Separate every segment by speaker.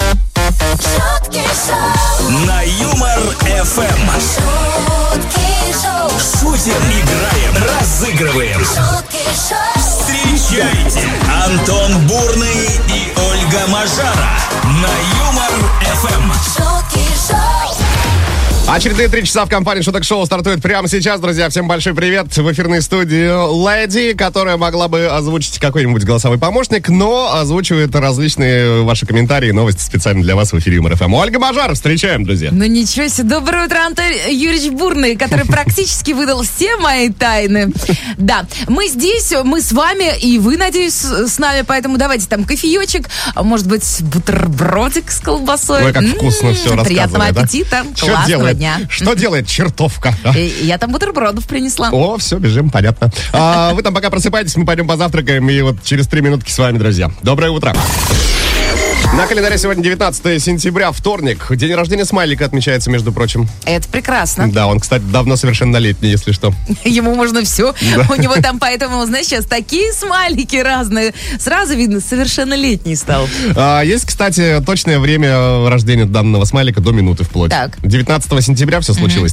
Speaker 1: Эм. выигрываем. Встречайте Антон Бурный и Ольга Мажара на Юмор Эм. ФМ.
Speaker 2: Очередные три часа в компании Шуток Шоу стартует прямо сейчас, друзья. Всем большой привет в эфирной студии Леди, которая могла бы озвучить какой-нибудь голосовой помощник, но озвучивает различные ваши комментарии и новости специально для вас в эфире МРФМ. Ольга Мажар, встречаем, друзья.
Speaker 3: Ну ничего себе. Доброе утро, Антон Юрьевич Бурный, который практически выдал все мои тайны. Да, мы здесь, мы с вами, и вы, надеюсь, с с нами, поэтому давайте там кофеечек, а может быть, бутербродик с колбасой.
Speaker 2: Ой, как
Speaker 3: М,
Speaker 2: вкусно все рассказывает.
Speaker 3: Приятного
Speaker 2: да?
Speaker 3: аппетита,
Speaker 2: Что
Speaker 3: классного
Speaker 2: делает?
Speaker 3: дня.
Speaker 2: Что делает чертовка? а?
Speaker 3: И Я там бутербродов принесла.
Speaker 2: О, все, бежим, понятно. А, вы там пока просыпаетесь, мы пойдем позавтракаем, и вот через три минутки с вами, друзья. Доброе утро. На календаре сегодня 19 сентября, вторник. День рождения смайлика отмечается, между прочим.
Speaker 3: Это прекрасно.
Speaker 2: Да, он, кстати, давно совершеннолетний, если что.
Speaker 3: Ему можно все. У него там поэтому, знаешь, сейчас такие смайлики разные. Сразу видно, совершеннолетний стал.
Speaker 2: А, есть, кстати, точное время рождения данного смайлика до минуты вплоть.
Speaker 3: Так.
Speaker 2: 19 сентября все случилось,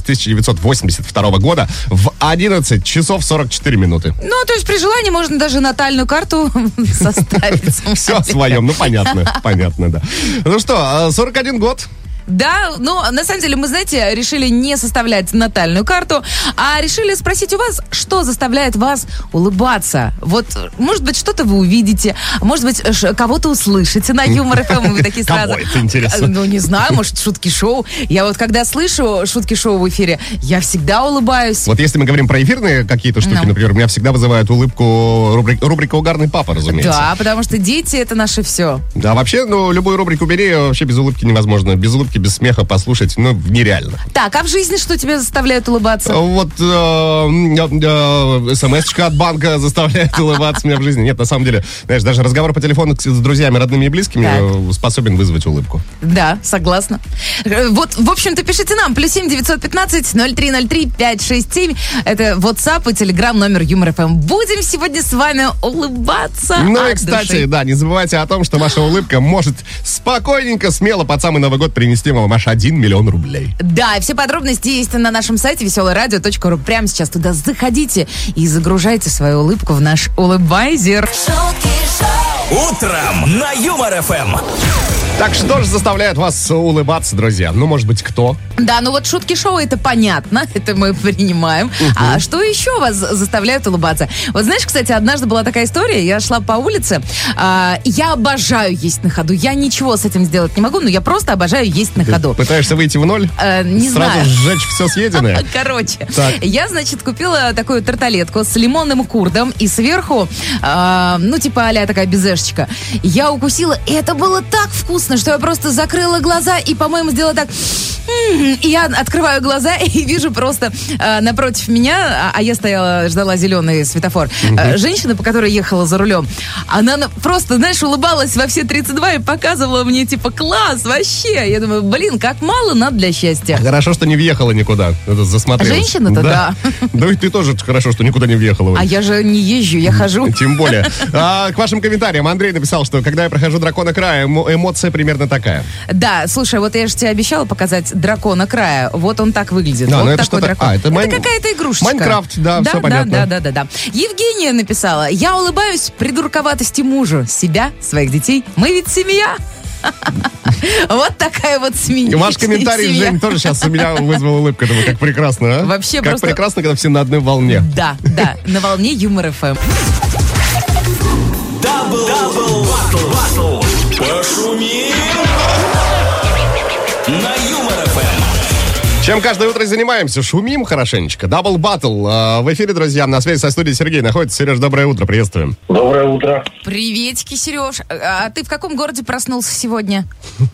Speaker 2: 1982 года, в 11 часов 44 минуты.
Speaker 3: Ну, то есть при желании можно даже натальную карту составить.
Speaker 2: Все о своем, ну понятно, понятно, да. Ну что, а, 41 год,
Speaker 3: Да, но на самом деле мы, знаете, решили не составлять натальную карту, а решили спросить у вас, что заставляет вас улыбаться. Вот, может быть, что-то вы увидите, может быть, ш- кого-то услышите на Юмор ФМ, и вы такие
Speaker 2: Кого
Speaker 3: сразу...
Speaker 2: это, интересно?
Speaker 3: «Э, Ну, не знаю, может, шутки-шоу. Я вот, когда слышу шутки-шоу в эфире, я всегда улыбаюсь.
Speaker 2: Вот если мы говорим про эфирные какие-то штуки,
Speaker 3: Ну.
Speaker 2: например, у меня всегда вызывает улыбку рубри- рубрика «Угарный папа», разумеется.
Speaker 3: Да, потому что дети — это наше все.
Speaker 2: Да, вообще, ну, любую рубрику бери, вообще без улыбки невозможно. Без улыбки, без смеха послушать, ну, нереально.
Speaker 3: Так, а в жизни что тебя заставляет улыбаться?
Speaker 2: Вот э, э, смс-очка от банка заставляет улыбаться меня в жизни. Нет, на самом деле, знаешь, даже разговор по телефону с друзьями, родными и близкими
Speaker 3: Так.
Speaker 2: э, способен вызвать улыбку.
Speaker 3: Да, согласна. Э, Вот, в общем-то, пишите нам. Плюс семь девятьсот пятнадцать ноль три ноль три пять шесть семь. Это WhatsApp и Telegram номер Юмор ФМ. Будем сегодня с вами улыбаться.
Speaker 2: Ну и,
Speaker 3: от
Speaker 2: кстати,
Speaker 3: А, души. А.
Speaker 2: да, не забывайте о том, что ваша улыбка может спокойненько, смело под самый Новый год принести вам аж 1 миллион рублей.
Speaker 3: Да, и все подробности есть на нашем сайте веселорадио.ру. Прямо сейчас туда заходите и загружайте свою улыбку в наш улыбайзер.
Speaker 1: Утром на Юмор Эм. ФМ.
Speaker 2: Так что же заставляет вас улыбаться, друзья? Ну, может быть, кто?
Speaker 3: Да, ну вот шутки шоу это понятно, это мы принимаем. А что еще вас заставляют улыбаться? Вот знаешь, кстати, однажды была такая история, я шла по улице, а, я обожаю есть на ходу, я ничего с этим сделать не могу, но я просто обожаю есть на ходу.
Speaker 2: Пытаешься выйти в ноль?
Speaker 3: Э, не
Speaker 2: Сразу
Speaker 3: знаю.
Speaker 2: сжечь все съеденное?
Speaker 3: Короче,
Speaker 2: Э, Так.
Speaker 3: я, значит, купила такую тарталетку с лимонным курдом и сверху, а, ну, типа а такая безешечка. Я укусила, и это было так вкусно, что я просто закрыла глаза и, по-моему, сделала так... «М-м». И я открываю глаза и вижу просто а, напротив меня, а, а я стояла, ждала зеленый светофор, э, женщина, по которой ехала за рулем, она на- просто, знаешь, улыбалась во все 32 и показывала мне, типа, класс, вообще. Я думаю, блин, как мало надо для счастья.
Speaker 2: Хорошо, что не въехала никуда. Это засмотрелась.
Speaker 3: Женщина-то
Speaker 2: Да и ты тоже хорошо, что никуда не въехала. Оль.
Speaker 3: А я же не езжу, я хожу.
Speaker 2: Тем более. А, к вашим комментариям. Андрей написал, что когда я прохожу дракона края, эмо- эмоция примерно такая.
Speaker 3: Да, слушай, вот я же тебе обещала показать дракона края. Вот он так выглядит.
Speaker 2: Да,
Speaker 3: вот
Speaker 2: ну это
Speaker 3: такой
Speaker 2: что-то-
Speaker 3: дракон.
Speaker 2: а, это майн-
Speaker 3: какая-то игрушечка.
Speaker 2: Майнкрафт, да, всё понятно.
Speaker 3: Да, да, да, да. Евгения написала, я улыбаюсь придурковатости мужа, себя, своих детей. Мы ведь семья. Вот такая вот
Speaker 2: И
Speaker 3: семья.
Speaker 2: Ваш комментарий, Жень, тоже сейчас у меня вызвал улыбку. Думаю, как прекрасно, а?
Speaker 3: Вообще
Speaker 2: Как
Speaker 3: просто-
Speaker 2: прекрасно, когда все на одной волне.
Speaker 3: Да, да, на волне юмор ФМ.
Speaker 1: Дабл, дабл, батл, батл. Пошумим. На Юмор Эм. ФМ.
Speaker 2: Чем каждое утро и занимаемся? Шумим хорошенечко. Дабл баттл. А, В эфире, друзья, на связи со студией Сергей находится. Сереж, доброе утро, приветствуем.
Speaker 4: Доброе утро.
Speaker 3: Приветики, Сереж. А ты в каком городе проснулся сегодня?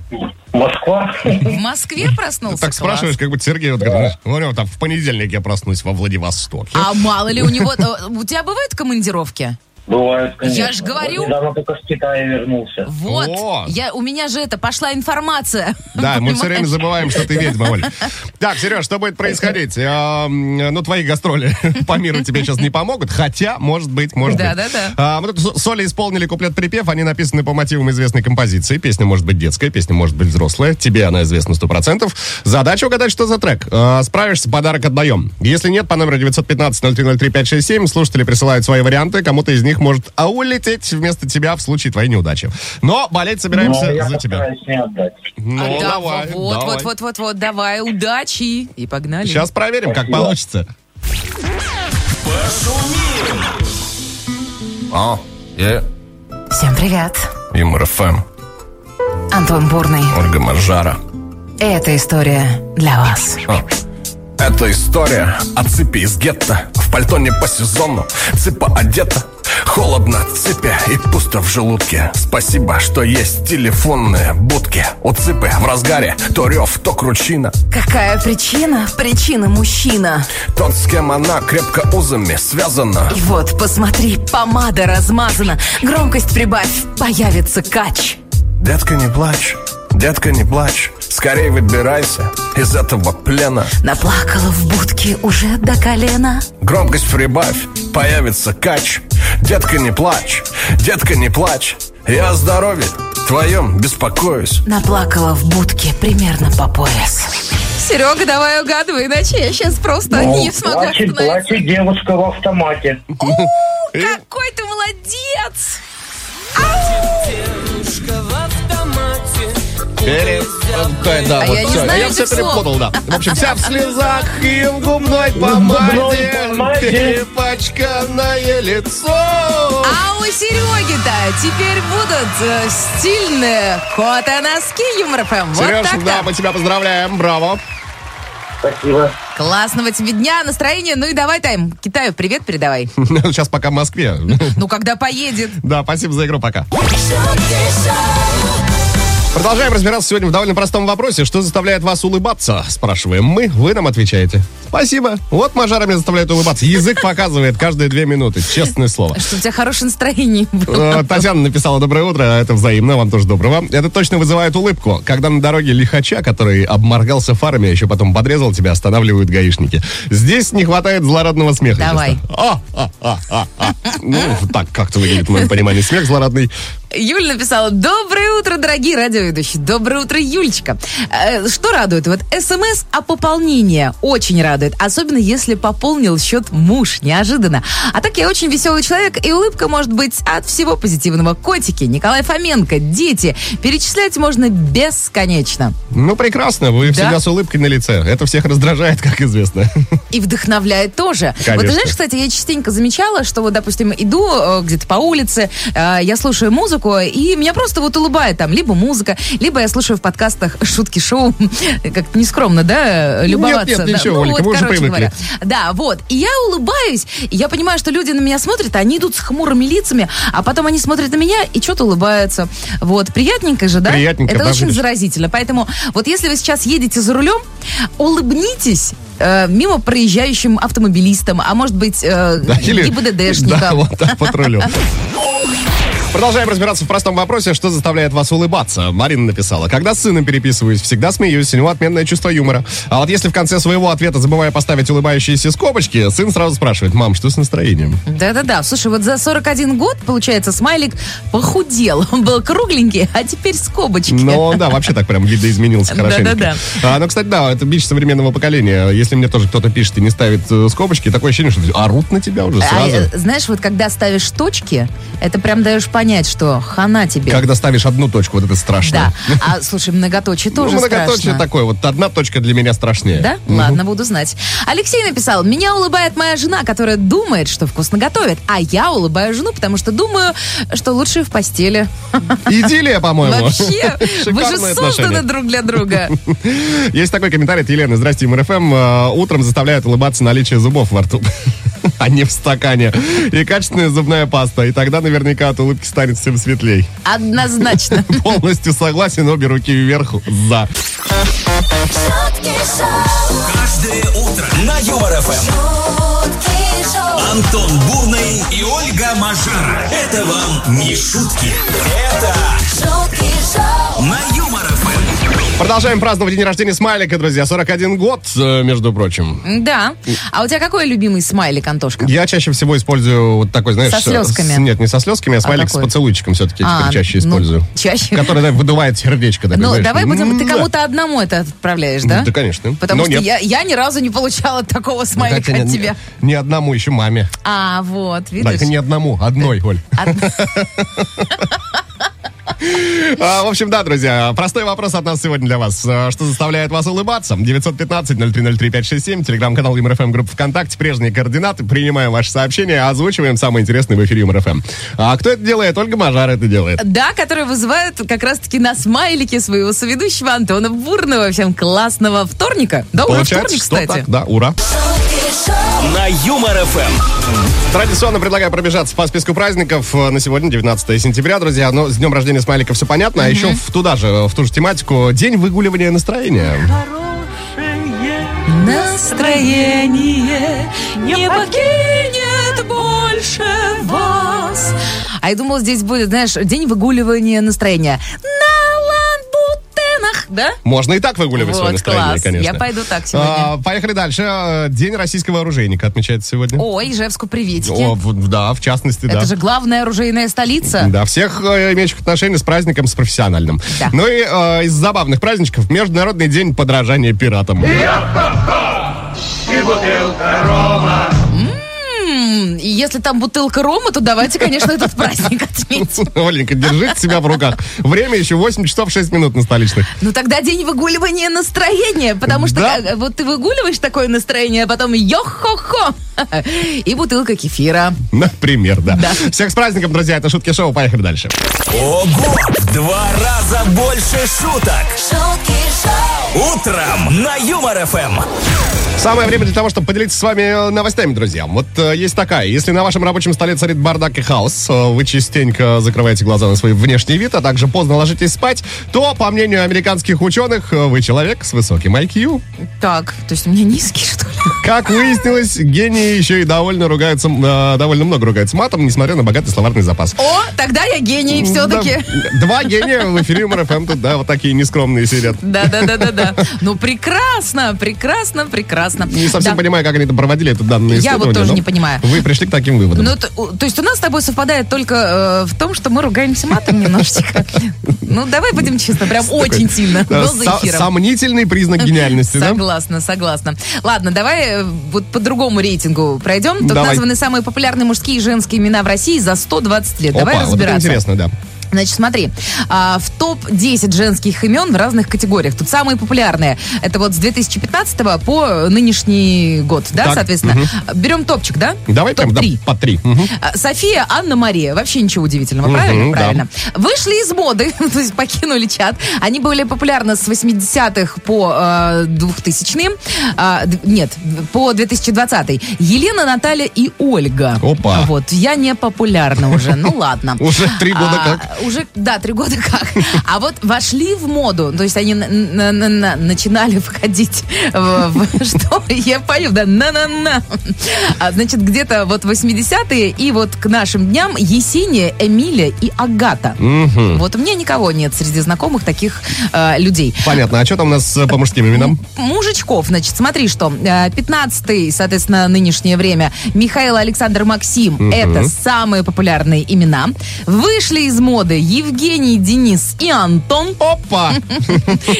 Speaker 4: Москва.
Speaker 3: В Москве проснулся?
Speaker 2: Так
Speaker 3: Класс.
Speaker 2: спрашиваешь, как будто Сергей вот говорит, «Ну, вот там в понедельник я проснусь во Владивостоке.
Speaker 3: А мало ли у него... э, У тебя бывают командировки?
Speaker 4: Бывает, конечно.
Speaker 3: Я ж говорю.
Speaker 4: Вот недавно только с Китая вернулся.
Speaker 3: Вот.
Speaker 5: Вот.
Speaker 3: Я, у меня же это пошла информация.
Speaker 5: Да, мы
Speaker 3: Понимаешь?
Speaker 5: все время забываем, что ты ведьма, Оль. Так, Сереж, что будет происходить? А, м, Ну, твои гастроли по миру тебе сейчас не помогут, хотя, может быть, может быть.
Speaker 3: Да, да, да.
Speaker 5: А, Мы тут с с Олей исполнили куплет-припев, они написаны по мотивам известной композиции. Песня может быть детская, песня может быть взрослая. Тебе она известна 100%. Задача угадать, что за трек. А, Справишься, подарок отдаем. Если нет, по номеру 915-0303-567 слушатели присылают свои варианты. Кому-то из них может а, улететь вместо тебя в случае твоей неудачи. Но болеть
Speaker 4: Но
Speaker 5: собираемся
Speaker 4: Ну, я
Speaker 5: за тебя.
Speaker 4: постараюсь не отдать.
Speaker 5: Ну,
Speaker 3: А, да,
Speaker 5: давай,
Speaker 3: вот,
Speaker 5: давай.
Speaker 3: вот, вот, вот, вот, давай, удачи. И погнали.
Speaker 5: Сейчас проверим, как
Speaker 4: Спасибо.
Speaker 5: получится.
Speaker 1: Пошумим!
Speaker 5: О, я
Speaker 6: Всем привет.
Speaker 5: МРФМ,
Speaker 6: Антон Бурный.
Speaker 5: Ольга Маржара.
Speaker 6: Эта история для вас.
Speaker 2: Это история о цепи из гетто В пальто не по сезону, цепа одета Холодно от цепи и пусто в желудке Спасибо, что есть телефонные будки У цепи в разгаре то рев, то кручина
Speaker 6: Какая причина? Причина мужчина.
Speaker 2: Тот, с кем она крепко узами связана
Speaker 6: И вот, посмотри, помада размазана. Громкость прибавь, появится кач.
Speaker 2: Детка, не плачь, детка, не плачь Скорей выбирайся из этого плена
Speaker 6: Наплакала в будке уже до колена.
Speaker 2: Громкость прибавь, появится кач. Детка, не плачь, детка, не плачь. Я о здоровье твоем беспокоюсь.
Speaker 6: Наплакала в будке примерно по пояс.
Speaker 3: Серега, давай угадывай, иначе я сейчас просто не
Speaker 4: Ну,
Speaker 3: смогу
Speaker 4: плачет,
Speaker 3: остановиться.
Speaker 4: плачет девушка в автомате.
Speaker 3: Какой ты молодец!
Speaker 5: Перед... Да, да,
Speaker 3: А
Speaker 5: вот
Speaker 3: я не
Speaker 5: всё,
Speaker 3: знаю
Speaker 5: я
Speaker 3: этих
Speaker 5: все
Speaker 3: слов.
Speaker 5: перепутал, да. В общем, вся в слезах и в губной
Speaker 4: губной
Speaker 5: помаде,
Speaker 4: помаде.
Speaker 5: перепачканное лицо.
Speaker 3: А у Сереги-то теперь будут э, стильные кота-носки Юмор ФМ. Вот
Speaker 5: Сереж,
Speaker 3: так-то.
Speaker 5: да, мы тебя поздравляем, браво.
Speaker 4: Спасибо.
Speaker 3: Классного тебе дня, настроения. Ну и давай, Тайм, Китаю привет передавай.
Speaker 5: Сейчас пока в Москве.
Speaker 3: Ну, когда поедет.
Speaker 5: Да, спасибо за игру, пока. Продолжаем разбираться сегодня в довольно простом вопросе. Что заставляет вас улыбаться? Спрашиваем мы, вы нам отвечаете. Спасибо. Вот Мажара меня заставляет улыбаться. Язык показывает каждые две минуты, честное слово.
Speaker 3: Чтобы у тебя хорошее настроение было.
Speaker 5: Э, Татьяна написала «Доброе утро», а это взаимно, вам тоже доброго. Это точно вызывает улыбку, когда на дороге лихача, который обморгался фарами, а еще потом подрезал тебя, останавливают гаишники. Здесь не хватает злорадного смеха.
Speaker 3: Давай.
Speaker 5: честно. А, а, а, а, а. Ну, так как-то выглядит, в моем понимании, смех злорадный.
Speaker 3: Юль написала, доброе утро, дорогие радиоведущие. Доброе утро, Юлечка. Э, Что радует? Вот смс о пополнении очень радует. Особенно, если пополнил счет муж. Неожиданно. А так я очень веселый человек, и улыбка может быть от всего позитивного. Котики, Николай Фоменко, дети. Перечислять можно бесконечно.
Speaker 5: Ну, прекрасно, вы всегда с улыбкой на лице. Это всех раздражает, как известно.
Speaker 3: И вдохновляет тоже. Вот ты
Speaker 5: Конечно.
Speaker 3: знаешь, кстати, я частенько замечала, что вот, допустим, иду э, где-то по улице, э, я слушаю музыку, и меня просто вот улыбает там либо музыка, либо я слушаю в подкастах шутки-шоу. Как-то нескромно, да, э, любоваться.
Speaker 5: нет,
Speaker 3: да.
Speaker 5: ничего,
Speaker 3: Ну
Speaker 5: Олечка,
Speaker 3: вот,
Speaker 5: мы уже
Speaker 3: короче
Speaker 5: привыкли.
Speaker 3: говоря. Да, вот. И я улыбаюсь, и я понимаю, что люди на меня смотрят, а они идут с хмурыми лицами, а потом они смотрят на меня и что-то улыбаются. Вот, приятненько же, да?
Speaker 5: Приятненько,
Speaker 3: Это
Speaker 5: да,
Speaker 3: очень
Speaker 5: видишь.
Speaker 3: заразительно. Поэтому вот если вы сейчас едете за рулем, улыбнитесь э, мимо проезжающим автомобилистам, а может быть э, ГИБДДшникам.
Speaker 5: Да, вот так, по троллю. Продолжаем разбираться в простом вопросе, что заставляет вас улыбаться. Марина написала, когда с сыном переписываюсь, всегда смеюсь, у него отменное чувство юмора. А вот если в конце своего ответа забываю поставить улыбающиеся скобочки, сын сразу спрашивает, мам, что с настроением?
Speaker 3: Да-да-да. Слушай, вот за 41 год, получается, смайлик похудел. Он был кругленький, а теперь скобочки.
Speaker 5: Ну, да, вообще так прям видоизменился хорошенько.
Speaker 3: Да-да-да.
Speaker 5: А, ну, кстати, да, это бич современного поколения. Если мне тоже кто-то пишет и не ставит э, скобочки, такое ощущение, что орут на тебя уже
Speaker 3: А,
Speaker 5: сразу.
Speaker 3: э, знаешь, вот когда ставишь точки, это прям даешь понять, что хана тебе.
Speaker 5: Когда ставишь одну точку, вот это страшно.
Speaker 3: э, Да. А слушай, многоточие тоже
Speaker 5: ну, многоточие
Speaker 3: страшно.
Speaker 5: такое. Вот одна точка для меня страшнее.
Speaker 3: Да? Ладно, буду знать. Алексей написал, меня улыбает моя жена, которая думает, что вкусно готовит, а я улыбаю жену, потому что думаю, что лучше в постели.
Speaker 5: Идиллия, по-моему.
Speaker 3: Вообще, вы же
Speaker 5: Шикарные
Speaker 3: созданы
Speaker 5: отношения.
Speaker 3: друг для друга.
Speaker 5: Есть такой комментарий от Елены. Здрасте, МРФМ. Э, Утром заставляет улыбаться наличие зубов во рту. А не в стакане. И качественная зубная паста. И тогда наверняка от улыбки станет всем светлей.
Speaker 3: Однозначно.
Speaker 5: Полностью согласен, обе руки вверх за.
Speaker 1: Каждое утро на Юмор ФМ. Эм. Антон Бурный и Ольга Мажара. Это вам не шутки. Это на Юмор Эм. ФМ.
Speaker 5: Продолжаем праздновать день рождения Смайлика, друзья. 41 год, э, между прочим.
Speaker 3: Да. А у тебя какой любимый смайлик, Антошка?
Speaker 5: Я чаще всего использую вот такой, знаешь... э,
Speaker 3: Со слезками.
Speaker 5: с- нет, не со слезками, а смайлик с
Speaker 3: какой?
Speaker 5: поцелуйчиком все-таки
Speaker 3: А,
Speaker 5: теперь чаще
Speaker 3: ну,
Speaker 5: использую.
Speaker 3: чаще.
Speaker 5: Который да, выдувает сердечко. такое,
Speaker 3: Ну,
Speaker 5: знаешь.
Speaker 3: давай будем... Ты
Speaker 5: М-да.
Speaker 3: кому-то одному это отправляешь, да?
Speaker 5: Ну, да, конечно.
Speaker 3: Потому
Speaker 5: Но
Speaker 3: что
Speaker 5: нет. Ну,
Speaker 3: я, я ни разу не получала такого смайлика
Speaker 5: Хотя
Speaker 3: от
Speaker 5: ни-
Speaker 3: тебя.
Speaker 5: Ни одному, еще маме.
Speaker 3: А, вот,
Speaker 5: Да,
Speaker 3: видишь?
Speaker 5: ни одному, одной, Оль.
Speaker 3: Од-
Speaker 5: А, в общем, да, друзья, простой вопрос от нас сегодня для вас. А, Что заставляет вас улыбаться? 915-0303-567, телеграм-канал ЮморФМ, группа ВКонтакте, прежние координаты. Принимаем ваши сообщения, озвучиваем самые интересные в эфире ЮморФМ. А кто это делает? Ольга Мажара это делает.
Speaker 3: Да, которые вызывают как раз-таки на смайлике своего соведущего Антона Бурного. Всем классного вторника. Да, уже вторник,
Speaker 5: что
Speaker 3: кстати.
Speaker 5: так, да, ура.
Speaker 1: На Юмор Эм. ФМ.
Speaker 5: Традиционно предлагаю пробежаться по списку праздников э, на сегодня, 19 сентября, друзья. Но с днем рождения Смайлика все понятно, а еще в туда же, э, в ту же тематику, день выгуливания настроения.
Speaker 3: Настроение не покинет больше вас. А я думала, здесь будет, знаешь, день выгуливания настроения. На ланбутенах, да?
Speaker 5: Можно и так выгуливать свое
Speaker 3: Вот,
Speaker 5: настроение,
Speaker 3: класс.
Speaker 5: конечно.
Speaker 3: Я пойду так сегодня.
Speaker 5: А, поехали дальше. А, День российского оружейника отмечается сегодня.
Speaker 3: О, Ижевску приветики.
Speaker 5: О, в- да, в частности, да.
Speaker 3: Это же главная оружейная столица.
Speaker 5: Да, всех э, имеющих отношения с праздником, с профессиональным.
Speaker 3: Да.
Speaker 5: Ну и э, из забавных праздничков Международный день подражания пиратам.
Speaker 3: М, и Если там бутылка рома, то давайте, конечно, этот праздник отметим.
Speaker 5: Оленька, держите себя в руках. Время еще 8 часов 6 минут на столичных.
Speaker 3: Ну тогда день выгуливания настроения, потому что
Speaker 5: Да.
Speaker 3: э, вот ты выгуливаешь такое настроение, а потом йо-хо-хо. И бутылка кефира.
Speaker 5: Например, да.
Speaker 3: Да.
Speaker 5: Всех с праздником, друзья. Это Шутки Шоу. Поехали дальше.
Speaker 1: Ого! В Два раза больше шуток. Утром на Юмор Эм. ФМ.
Speaker 5: Самое время для того, чтобы поделиться с вами новостями, друзья. Вот э, есть такая. Если на вашем рабочем столе царит бардак и хаос, э, вы частенько закрываете глаза на свой внешний вид, а также поздно ложитесь спать, то, по мнению американских ученых, э, вы человек с высоким IQ.
Speaker 3: Так, то есть у меня низкий, что ли?
Speaker 5: Как выяснилось, гении еще и довольно ругаются, э, довольно много ругаются матом, несмотря на богатый словарный запас.
Speaker 3: О, тогда я гений все-таки.
Speaker 5: Ну, Да, два гения в эфире МРФМ тут, да, вот такие нескромные сидят.
Speaker 3: Да-да-да-да-да. Ну, прекрасно, прекрасно, прекрасно.
Speaker 5: Не совсем
Speaker 3: Да.
Speaker 5: понимаю, как они там проводили это данное
Speaker 3: Я вот
Speaker 5: исследование,
Speaker 3: тоже
Speaker 5: но
Speaker 3: не понимаю.
Speaker 5: Вы пришли к таким выводам.
Speaker 3: Ну, т- у- то есть у нас с тобой совпадает только э, в том, что мы ругаемся матом немножечко. Ну, давай будем честно, прям очень сильно.
Speaker 5: Э,
Speaker 3: Но за
Speaker 5: со-
Speaker 3: эфиром.
Speaker 5: Сомнительный признак гениальности, да?
Speaker 3: Согласна, согласна. Ладно, давай э, вот по другому рейтингу пройдем. Тут
Speaker 5: Давай.
Speaker 3: названы самые популярные мужские и женские имена в России за 120 лет. давай
Speaker 5: Опа, вот это
Speaker 3: разбираться.
Speaker 5: интересно, да.
Speaker 3: Значит, смотри, а, в топ-10 женских имен в разных категориях. Тут самые популярные. Это вот с 2015 по нынешний год, да,
Speaker 5: Так,
Speaker 3: соответственно. Берем топчик, да?
Speaker 5: Давай прям да,
Speaker 3: Топ-3.
Speaker 5: по три. Мгм.
Speaker 3: А, София, Анна, Мария. Вообще ничего удивительного,
Speaker 5: Мгм,
Speaker 3: правильно?
Speaker 5: да.
Speaker 3: Правильно. Вышли из моды, то есть покинули чат. Они были популярны с 80-х по э, 2000 а, д- нет, по 2020 Елена, Наталья и Ольга.
Speaker 5: Опа.
Speaker 3: Вот, я не популярна уже, ну ладно.
Speaker 5: Уже три года
Speaker 3: А,
Speaker 5: как.
Speaker 3: Уже, да, три года как. А вот вошли в моду, то есть они на- на- на- на- начинали входить в, в- что? Я пою, да, на-на-на. А, Значит, где-то вот 80-е и вот к нашим дням Есения, Эмилия и Агата. Вот у меня никого нет среди знакомых таких э, людей.
Speaker 5: Понятно. А что там у нас э, по мужским именам?
Speaker 3: Мужичков, значит, смотри, что э, 15-й, соответственно, нынешнее время, Михаил Александр Максим, это самые популярные имена. Вышли из моды Евгений, Денис и Антон.
Speaker 5: Опа!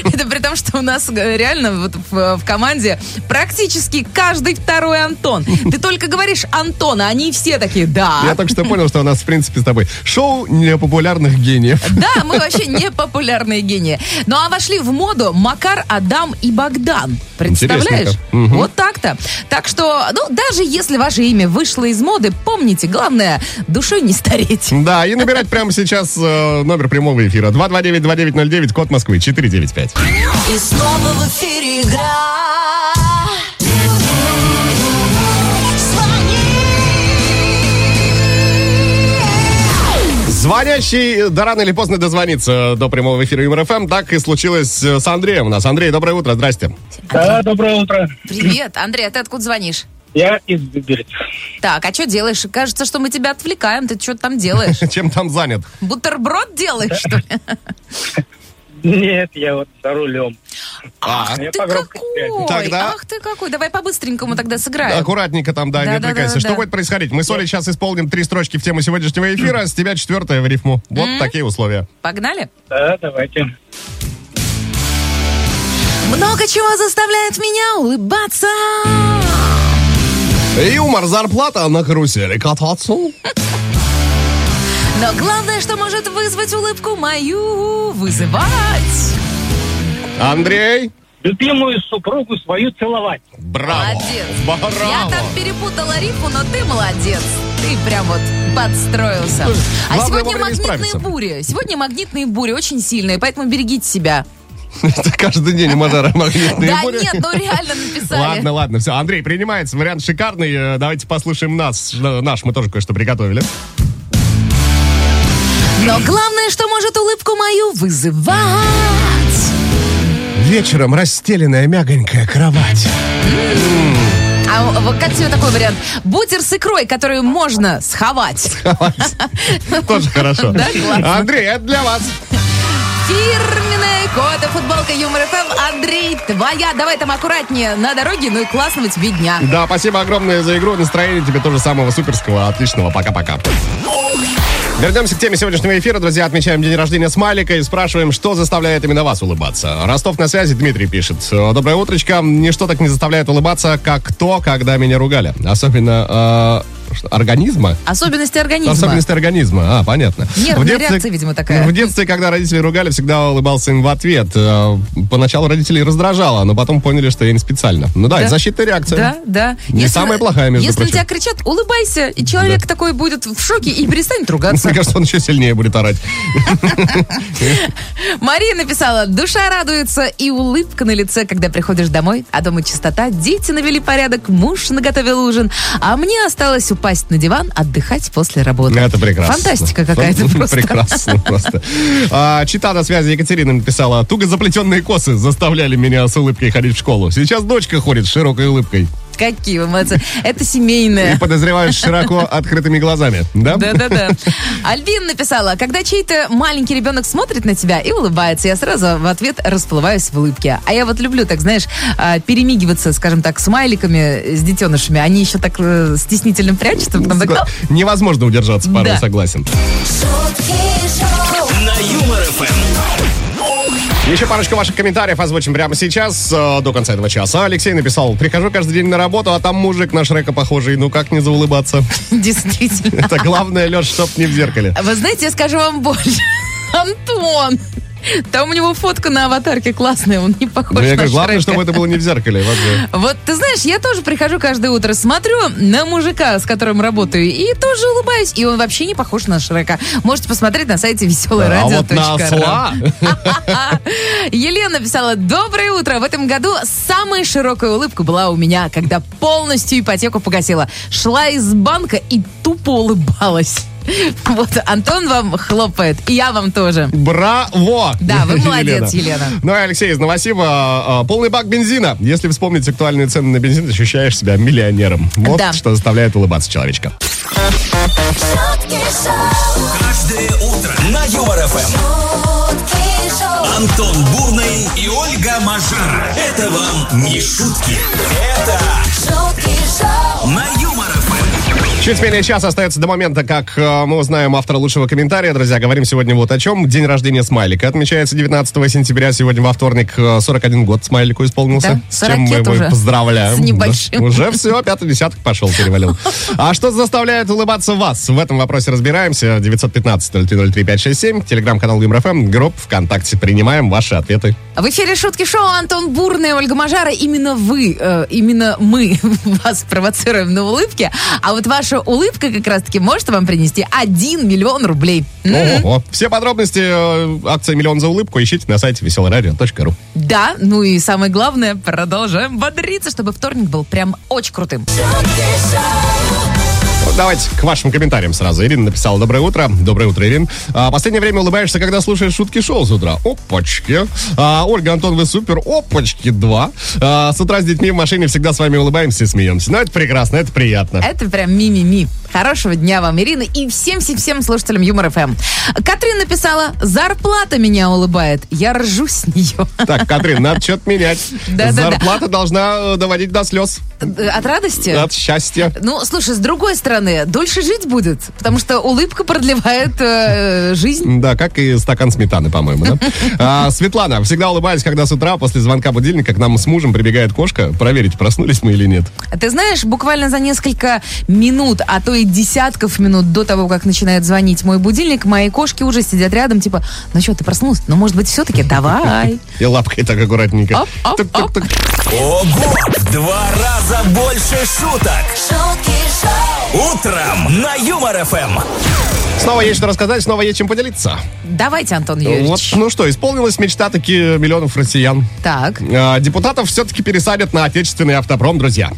Speaker 3: Это при том, что у нас э, реально вот в, в команде практически каждый второй Антон. Ты только говоришь Антон, а они все такие,
Speaker 5: Я
Speaker 3: да.
Speaker 5: только что понял, что у нас, в принципе, с тобой шоу непопулярных гениев.
Speaker 3: Да, мы вообще не популярные гении. Ну а вошли в моду Макар, Адам и Богдан. Представляешь?
Speaker 5: Интересненько. Мгм.
Speaker 3: Вот так-то. Так что, ну, даже если ваше имя вышло из моды, помните, главное, душой не стареть.
Speaker 5: Да, и набирать прямо сейчас э, номер прямого эфира. 229-2909, код Москвы, 495.
Speaker 6: И снова в эфире игра.
Speaker 5: Звонящий, э, да рано или поздно дозвонится э, до прямого эфира ЮМРФМ. Так и случилось э, с Андреем у нас. Андрей, доброе утро, здрасте.
Speaker 4: Да, доброе утро.
Speaker 3: Привет, Андрей, а ты откуда звонишь?
Speaker 4: Я из Биберти.
Speaker 3: Так, а что делаешь? Кажется, что мы тебя отвлекаем. Ты что там делаешь?
Speaker 5: Чем там занят?
Speaker 3: Бутерброд делаешь, что ли?
Speaker 4: Нет, я вот за рулем.
Speaker 5: А,
Speaker 4: Я
Speaker 3: Ты
Speaker 4: по громкой
Speaker 3: какой!
Speaker 5: Тогда-
Speaker 3: Ах ты какой! Давай по-быстренькому тогда сыграем.
Speaker 5: Э, Аккуратненько там, да, не
Speaker 3: Да-да-да-да-да.
Speaker 5: отвлекайся. Что будет происходить? Мы с Олей сейчас исполним три строчки в тему сегодняшнего эфира, с тебя четвертая в рифму. Вот такие условия.
Speaker 3: Погнали?
Speaker 4: Да, давайте.
Speaker 3: Много чего заставляет меня улыбаться.
Speaker 5: Юмор, зарплата на карусели кататься.
Speaker 3: Но главное, что может вызвать улыбку мою, вызывать.
Speaker 5: Андрей,
Speaker 4: Любимую супругу свою целовать.
Speaker 5: браво.
Speaker 3: Молодец. Я
Speaker 5: Браво.
Speaker 3: там перепутала рифу, но ты молодец. Ты прям вот подстроился. А
Speaker 5: Главное
Speaker 3: сегодня
Speaker 5: вовремя
Speaker 3: магнитные
Speaker 5: исправиться.
Speaker 3: бури. Сегодня магнитные бури очень сильные, поэтому берегите себя.
Speaker 5: Это каждый день у Мажара магнитные
Speaker 3: да
Speaker 5: бури.
Speaker 3: нет, ну реально написали.
Speaker 5: Ладно, ладно, все. Андрей, принимается. Вариант шикарный. Э, Давайте послушаем нас. Э, Наш, мы тоже кое-что приготовили.
Speaker 3: Но главное, что может улыбку мою вызывать.
Speaker 5: Вечером расстеленная мягонькая кровать.
Speaker 3: А вот как тебе такой вариант? Бутер с икрой, которую можно сховать.
Speaker 5: Тоже хорошо.
Speaker 3: Да, классно.
Speaker 5: Андрей, это для вас.
Speaker 3: Фирменная кода футболка Юмор ФМ. Андрей, твоя. Давай там аккуратнее на дороге. Ну и классного тебе дня.
Speaker 5: Да, спасибо огромное за игру. Настроение тебе тоже самого суперского, отличного. Пока-пока. Вернемся к теме сегодняшнего эфира. Друзья, отмечаем день рождения Смайлика и спрашиваем, что заставляет именно вас улыбаться. Ростов на связи, Дмитрий пишет. «Э, Доброе утречко. Ничто так не заставляет улыбаться, как то, когда меня ругали. Особенно э, что, организма.
Speaker 3: Особенности организма.
Speaker 5: Особенности э, организма, а, понятно.
Speaker 3: Нервная реакция, видимо, такая.
Speaker 5: В детстве, когда родители ругали, всегда улыбался им в ответ. Э, Поначалу родителей раздражало, но потом поняли, что я не специально. Ну да,
Speaker 3: Да.
Speaker 5: это защитная реакция.
Speaker 3: Да, да.
Speaker 5: Не самая плохая, между
Speaker 3: Если
Speaker 5: прочим.
Speaker 3: на тебя кричат, улыбайся, и человек такой будет в шоке и перестанет ругаться.
Speaker 5: Мне кажется, он еще сильнее будет орать.
Speaker 3: Мария написала, душа радуется и улыбка на лице, когда приходишь домой, а дома чистота, дети навели порядок, муж наготовил ужин, а мне осталось упасть на диван, отдыхать после работы.
Speaker 5: Это прекрасно.
Speaker 3: Фантастика какая-то
Speaker 5: Фан-
Speaker 3: просто.
Speaker 5: Прекрасно просто. А, Чита на связи Екатерина написала. Туго заплетенные косы заставляли меня с улыбкой ходить в школу. Сейчас дочка ходит с широкой улыбкой.
Speaker 3: Какие вы молодцы. Это
Speaker 5: И
Speaker 3: семейное.
Speaker 5: подозреваю с широко открытыми глазами. Да?
Speaker 3: Да-да-да. Альбин написала, когда чей-то маленький ребенок смотрит на тебя и улыбается, я сразу в ответ расплываюсь в улыбке. А я вот люблю, так знаешь, а, перемигиваться, скажем так, смайликами с детенышами. Они еще так э, стеснительно прячутся. потом так,
Speaker 5: Согла- Невозможно удержаться, порой
Speaker 3: Да.
Speaker 5: согласен.
Speaker 1: На Юмор Эм. ФМ.
Speaker 5: Еще парочку ваших комментариев озвучим прямо сейчас, э, до конца этого часа. Алексей написал, прихожу каждый день на работу, а там мужик на Шрека похожий, ну как не заулыбаться?
Speaker 3: «Ну, действительно.
Speaker 5: Это главное, Леш, чтоб не в зеркале.
Speaker 3: Вы знаете, я скажу вам больше. Антон! Там у него фотка на аватарке классная, он не похож
Speaker 5: Ну, я
Speaker 3: на
Speaker 5: говорю, главное,
Speaker 3: Шрека.
Speaker 5: чтобы это было не в зеркале. вот же.
Speaker 3: Вот, ты знаешь, я тоже прихожу каждое утро, смотрю на мужика, с которым работаю, и тоже улыбаюсь. И он вообще не похож на Шрека. Можете посмотреть на сайте веселое
Speaker 5: А вот на осла...
Speaker 3: А, Елена писала, доброе утро. В этом году самая широкая улыбка была у меня, когда полностью ипотеку погасила. Шла из банка и тупо улыбалась. Вот Антон вам хлопает, и я вам тоже.
Speaker 5: Браво!
Speaker 3: Да, вы молодец, Елена.
Speaker 5: Ну и Алексей из Новосиба. э, э, Полный бак бензина. Если вспомнить актуальные цены на бензин, ощущаешь себя миллионером. Вот
Speaker 3: Да.
Speaker 5: что заставляет улыбаться человечка.
Speaker 1: Каждое утро на Юмор ФМ. Антон Бурный и Ольга Мажара. Это вам не шутки. Это на Юмор Эм. ФМ.
Speaker 5: Чуть менее часа остается до момента, как э, мы узнаем автора лучшего комментария. Друзья, говорим сегодня вот о чем. День рождения Смайлика отмечается 19 сентября. Сегодня во вторник э, 41 год Смайлику исполнился.
Speaker 3: Да,
Speaker 5: с чем мы
Speaker 3: сорокет
Speaker 5: его и
Speaker 3: уже.
Speaker 5: поздравляем.
Speaker 3: С небольшим.
Speaker 5: Да, уже все, пятый десяток пошел, перевалил. А что заставляет улыбаться вас? В этом вопросе разбираемся. 915-0303-567, телеграм-канал ЮМРФМ, групп ВКонтакте. Принимаем ваши ответы.
Speaker 3: В эфире шутки шоу Антон Бурный, Ольга Мажара. Именно вы, э, именно мы вас провоцируем на улыбки. А вот ваша улыбка как раз-таки может вам принести 1 миллион рублей. М?
Speaker 5: Ого. Все подробности э, акции «Миллион за улыбку» ищите на сайте веселорадио.ру.
Speaker 3: Да, ну и самое главное, продолжаем бодриться, чтобы вторник был прям очень крутым.
Speaker 5: Ну, Давайте к вашим комментариям сразу. Ирина написала «Доброе утро». Доброе утро, Ирин. А, последнее время улыбаешься, когда слушаешь шутки шоу с утра. Опачки. А, Ольга, Антон, вы супер. Опачки, два. А, с утра с детьми в машине всегда с вами улыбаемся и смеемся. Ну, это прекрасно, это приятно.
Speaker 3: Это прям ми-ми-ми. Хорошего дня вам, Ирина, и всем-всем-всем слушателям Юмор ФМ. Катрин написала, зарплата меня улыбает, я ржу с нее.
Speaker 5: Так, Катрин, надо что-то менять.
Speaker 3: Да-да-да.
Speaker 5: Зарплата должна э, доводить до слез,
Speaker 3: От радости?
Speaker 5: от счастья.
Speaker 3: Ну, слушай, с другой стороны, дольше жить будет, потому что улыбка продлевает э, жизнь.
Speaker 5: Да, как и стакан сметаны, по-моему, да? А, Светлана, всегда улыбаюсь, когда с утра после звонка будильника к нам с мужем прибегает кошка. Проверить, проснулись мы или нет.
Speaker 3: Ты знаешь, буквально за несколько минут, а то и десятков минут до того, как начинает звонить мой будильник, мои кошки уже сидят рядом, типа, ну что, ты проснулась? Ну, может быть, все-таки давай.
Speaker 5: И лапкой так аккуратненько.
Speaker 3: Оп, оп,
Speaker 5: Тук-тук-тук.
Speaker 1: Ого! В два раза больше шуток. Утром на Юмор Эм. ФМ.
Speaker 5: Снова есть что рассказать, снова есть чем поделиться.
Speaker 3: Давайте, Антон
Speaker 5: Вот,
Speaker 3: Юрьевич.
Speaker 5: ну что, исполнилась мечта таки миллионов россиян.
Speaker 3: Так,
Speaker 5: А, Депутатов все-таки пересадят на отечественный автопром, друзья.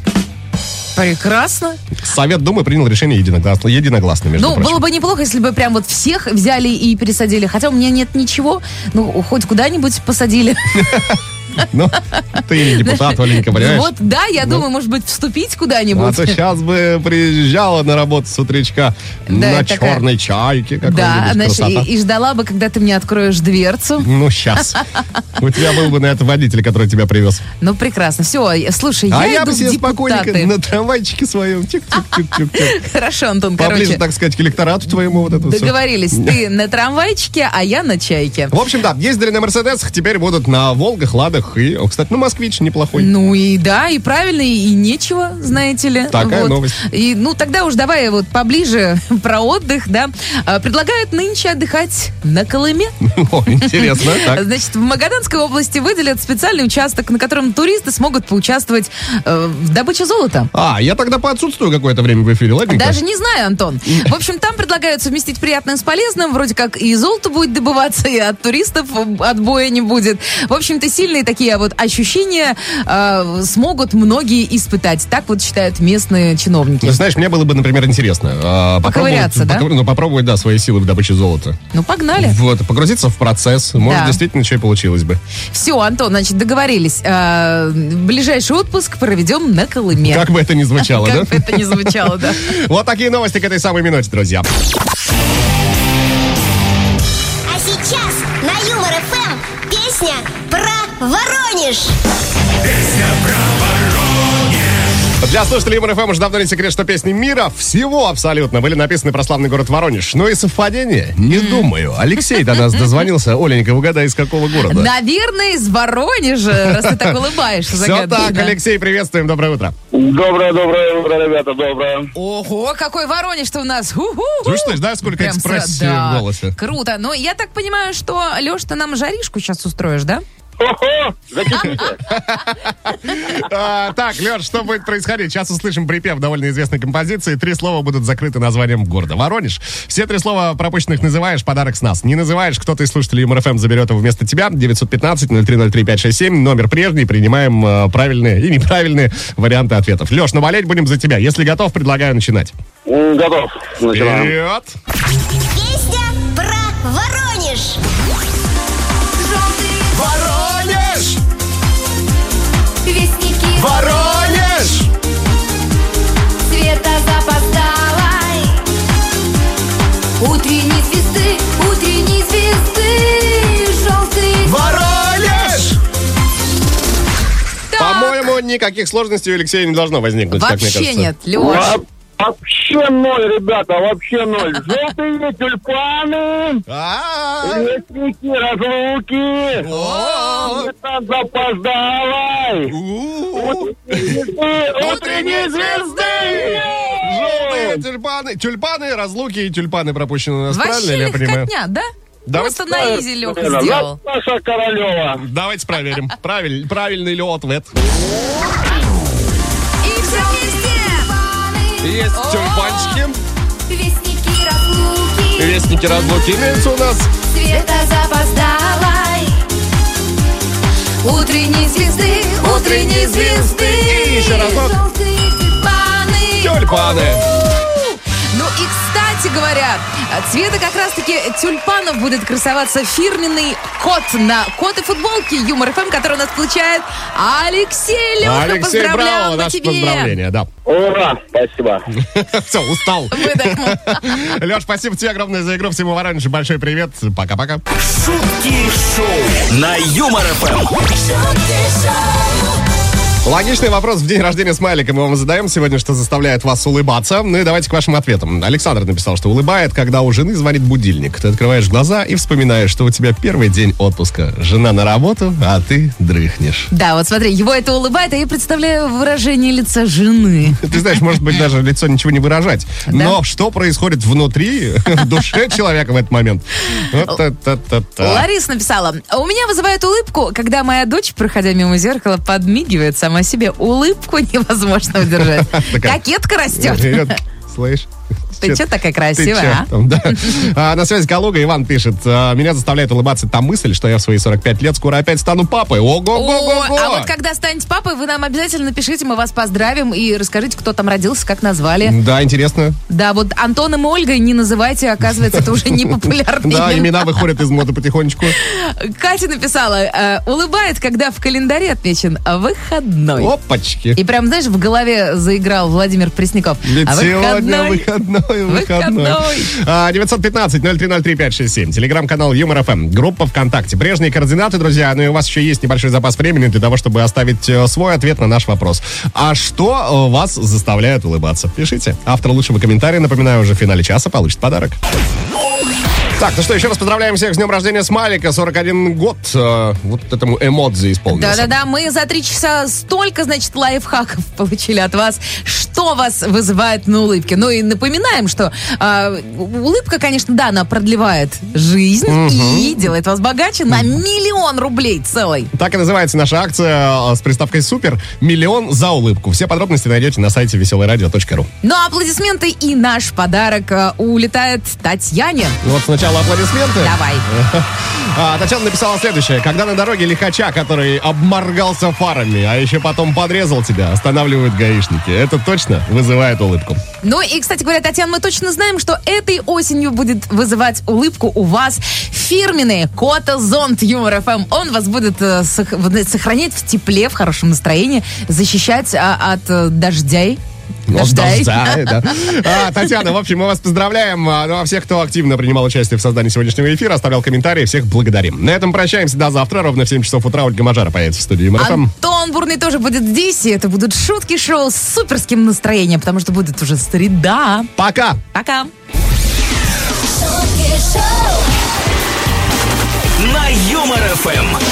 Speaker 3: прекрасно.
Speaker 5: Совет Думы принял решение единогласно, единогласно между
Speaker 3: Ну,
Speaker 5: прочим.
Speaker 3: было бы неплохо, если бы прям вот всех взяли и пересадили. Хотя у меня нет ничего. Ну, хоть куда-нибудь посадили.
Speaker 5: Ну, ты не депутат, Оленька, понимаешь? Ну.
Speaker 3: Вот, да, я думаю, может быть, вступить куда-нибудь.
Speaker 5: А то сейчас бы приезжала на работу с утречка
Speaker 3: Да,
Speaker 5: на
Speaker 3: такая-
Speaker 5: черной чайке какой-нибудь
Speaker 3: Да, знаешь,
Speaker 5: красота.
Speaker 3: и, и ждала бы, когда ты мне откроешь дверцу.
Speaker 5: Ну, сейчас. У тебя был бы на это водитель, который тебя привез.
Speaker 3: Ну, прекрасно. Все, слушай,
Speaker 5: а
Speaker 3: я
Speaker 5: я
Speaker 3: иду в
Speaker 5: бы себе спокойненько
Speaker 3: депутаты.
Speaker 5: на трамвайчике своем. Тик-тик-тик-тик-тик.
Speaker 3: Хорошо, Антон,
Speaker 5: Поближе,
Speaker 3: короче,
Speaker 5: так сказать, к электорату твоему вот это всё.
Speaker 3: договорились. Ты на трамвайчике, а я на чайке.
Speaker 5: В общем, да, ездили на Мерседесах, теперь будут на Волгах, Ладах и, о, кстати, ну, Москвич неплохой.
Speaker 3: Ну и да, и правильно, и нечего, знаете ли.
Speaker 5: Такая
Speaker 3: Вот.
Speaker 5: новость.
Speaker 3: И, ну тогда уж давай вот поближе про отдых, да. А, Предлагают нынче отдыхать на Колыме.
Speaker 5: О, Интересно, так.
Speaker 3: Значит, в Магаданской области выделят специальный участок, на котором туристы смогут поучаствовать э, в добыче золота.
Speaker 5: А, я тогда поотсутствую какое-то время в эфире, ладненько?
Speaker 3: Даже не знаю, Антон. В общем, там предлагают совместить приятное с полезным. Вроде как и золото будет добываться, и от туристов отбоя не будет. В общем-то, сильные такие вот ощущения э, смогут многие испытать. Так вот считают местные чиновники.
Speaker 5: Ну, знаешь, мне было бы, например, интересно. а, попробовать-
Speaker 3: Поковыряться, да?
Speaker 5: поковыр- Ну, попробовать, да, свои силы в добыче золота.
Speaker 3: Ну, погнали.
Speaker 5: Вот, погрузиться в процесс. Может,
Speaker 3: Да.
Speaker 5: действительно, что и получилось бы.
Speaker 3: Все, Антон, значит, договорились. Э, ближайший отпуск проведем на Колыме.
Speaker 5: Как бы это ни звучало, да?
Speaker 3: Как бы это ни звучало, да.
Speaker 5: Вот такие новости к этой самой минуте, друзья.
Speaker 7: А сейчас на Юмор ФМ песня про Воронеж.
Speaker 5: Для слушателей Юмор ФМ уже давно не секрет, что песни мира всего абсолютно были написаны про славный город Воронеж. Но и совпадение? Не думаю. Алексей до нас дозвонился. Оленька, угадай, из какого города?
Speaker 3: Наверное, из Воронежа, раз ты так улыбаешься.
Speaker 5: Все
Speaker 3: загадочно.
Speaker 5: так, Алексей, приветствуем, доброе утро.
Speaker 4: Доброе, доброе утро, ребята, доброе.
Speaker 3: Ого, какой Воронеж-то у нас! Ху-ху-ху.
Speaker 5: Слышишь, да, сколько
Speaker 3: Прям
Speaker 5: экспрессии
Speaker 3: сра- да.
Speaker 5: в голосе?
Speaker 3: Круто. Но я так понимаю, что, Леш, ты нам жаришку сейчас устроишь, да?
Speaker 4: Хо-хо, закипите.
Speaker 5: А, так, Леш, что будет происходить? Сейчас услышим припев довольно известной композиции. Три слова будут закрыты названием города. Воронеж. Все три слова пропущенных называешь, подарок с нас. Не называешь, кто-то из слушателей МРФМ заберет его вместо тебя. 915-0303-567, номер прежний. Принимаем э, правильные и неправильные варианты ответов. Леш, ну болеть будем за тебя. Если готов, предлагаю начинать.
Speaker 3: а.
Speaker 4: М, Готов. Начинаем.
Speaker 5: Вперед!
Speaker 7: Песня про Воронеж.
Speaker 5: Воронеж!
Speaker 7: Вестники
Speaker 5: Воронеж!
Speaker 7: света запоздалой. Утренние звезды, утренние звезды, желтые
Speaker 5: Воронеж! По-моему, никаких сложностей у Алексея не должно возникнуть, как мне
Speaker 3: Вообще
Speaker 5: кажется.
Speaker 3: нет, Леш.
Speaker 4: Во- Вообще ноль, ребята, вообще ноль. Желтые тюльпаны,
Speaker 5: А-а-а!
Speaker 4: лестники, разлуки.
Speaker 5: А, О!
Speaker 4: Это запоздалой.
Speaker 5: У-у-у!
Speaker 4: И утренние звезды.
Speaker 5: Желтые тюльпаны. Тюльпаны, разлуки и тюльпаны пропущены у нас, правильно
Speaker 3: Вообще
Speaker 5: ли я понимаю?
Speaker 3: легкотня, да?
Speaker 5: Да
Speaker 3: Просто
Speaker 5: вот
Speaker 3: на изи Леха
Speaker 4: Лена,
Speaker 3: сделал.
Speaker 4: Наташа Королева.
Speaker 5: Давайте проверим. Правиль- правильный ли ответ.
Speaker 3: И все вместе!
Speaker 5: Есть тюльпанчики,
Speaker 7: Вестники разлуки,
Speaker 5: вестники разлуки имеются у нас.
Speaker 7: света запоздалой. Утренние звезды, утренние звезды,
Speaker 5: И еще разок.
Speaker 7: желтые тюльпаны.
Speaker 5: Тюльпаны.
Speaker 3: Ну Кстати говоря, цвета как раз-таки тюльпанов будет красоваться фирменный кот на кот и футболке Юмор ФМ, который у нас получает Алексей Леха.
Speaker 5: Алексей,
Speaker 3: Поздравляем
Speaker 5: браво,
Speaker 3: мы
Speaker 5: наше
Speaker 3: тебе.
Speaker 5: поздравление, да.
Speaker 4: Ура, спасибо.
Speaker 5: Все, устал.
Speaker 3: Мы так-
Speaker 5: Леш, спасибо тебе огромное за игру. Всему Воронежу большой привет. Пока-пока.
Speaker 1: Шутки шоу на Юмор Эм. ФМ.
Speaker 5: Логичный вопрос в день рождения смайлика мы вам задаем сегодня, что заставляет вас улыбаться. Ну и давайте к вашим ответам. Александр написал, что улыбает, когда у жены звонит будильник. Ты открываешь глаза и вспоминаешь, что у тебя первый день отпуска. Жена на работу, а ты дрыхнешь.
Speaker 3: Да, вот смотри, его это улыбает, а я представляю выражение лица жены.
Speaker 5: Ты знаешь, может быть, даже лицо ничего не выражать. Но что происходит внутри, в душе человека в этот момент? Вот та-та-та-та.
Speaker 3: Лариса написала, «А у меня вызывает улыбку, когда моя дочь, проходя мимо зеркала, подмигивает сама себе. Улыбку невозможно удержать.
Speaker 5: Такая.
Speaker 3: Кокетка растет.
Speaker 5: Привет. Слышь?
Speaker 3: Ты че такая
Speaker 5: Ты чё
Speaker 3: красивая, а?
Speaker 5: там, да. А, на связи Калуга Иван пишет. «А, Меня заставляет улыбаться та мысль, что я в свои 45 лет скоро опять стану папой.
Speaker 3: О,
Speaker 5: Ого-го-го-го!
Speaker 3: а вот когда станете папой, вы нам обязательно напишите, мы вас поздравим и расскажите, кто там родился, как назвали.
Speaker 5: Да, интересно.
Speaker 3: Да, вот Антоном и Ольгой не называйте, оказывается, это уже не
Speaker 5: Да,
Speaker 3: популярно.
Speaker 5: имена выходят из моды потихонечку.
Speaker 3: Катя написала, э, улыбает, когда в календаре отмечен выходной.
Speaker 5: Опачки.
Speaker 3: И прям, знаешь, в голове заиграл Владимир Пресняков.
Speaker 5: Ведь
Speaker 3: А
Speaker 5: сегодня
Speaker 3: выходной?
Speaker 5: выходной, выходной.
Speaker 3: Выходной.
Speaker 5: А, 915-0303-567. Телеграм-канал Юмор ФМ. Группа ВКонтакте. Прежние координаты, друзья. Ну и у вас еще есть небольшой запас времени для того, чтобы оставить э, свой ответ на наш вопрос. А что э, вас заставляет улыбаться? Пишите. Автор лучшего комментария, напоминаю, уже в финале часа получит подарок. Так, ну что, еще раз поздравляем всех с днем рождения Смайлика. 41 год э, вот этому эмодзи исполнился.
Speaker 3: Да-да-да, мы за три часа столько, значит, лайфхаков получили от вас, что вас вызывает на улыбке. Ну и напоминаем, что а, улыбка, конечно, да, она продлевает жизнь и делает вас богаче на миллион рублей целый.
Speaker 5: Так и называется наша акция э, с приставкой «Супер». Миллион за улыбку. Все подробности найдете на сайте веселорадио.ру.
Speaker 3: Ну, аплодисменты и наш подарок а, улетает Татьяне.
Speaker 5: Вот сначала аплодисменты.
Speaker 3: Давай.
Speaker 5: А, Татьяна написала следующее. Когда на дороге лихача, который обморгался фарами, а еще потом подрезал тебя, останавливают гаишники. Это точно вызывает улыбку.
Speaker 3: Ну и, кстати говоря, Татьяна, мы точно знаем, что этой осенью будет вызывать улыбку у вас фирменный кота-зонт Юмор ФМ. Он вас будет э, сох- в- сохранять в тепле, в хорошем настроении, защищать а, от э, дождей.
Speaker 5: «Ну,
Speaker 3: Дождей.
Speaker 5: Дождай, да. А, Татьяна, в общем, мы вас поздравляем. А, Ну а всех, кто активно принимал участие в создании сегодняшнего эфира, оставлял комментарии, всех благодарим. На этом прощаемся до завтра. Ровно в 7 часов утра Ольга Мажара появится в студии Марафон.
Speaker 3: Антон Бурный тоже будет здесь, и это будут шутки-шоу с суперским настроением, потому что будет уже среда.
Speaker 5: Пока!
Speaker 3: Пока!
Speaker 1: На Юмор Эм. ФМ.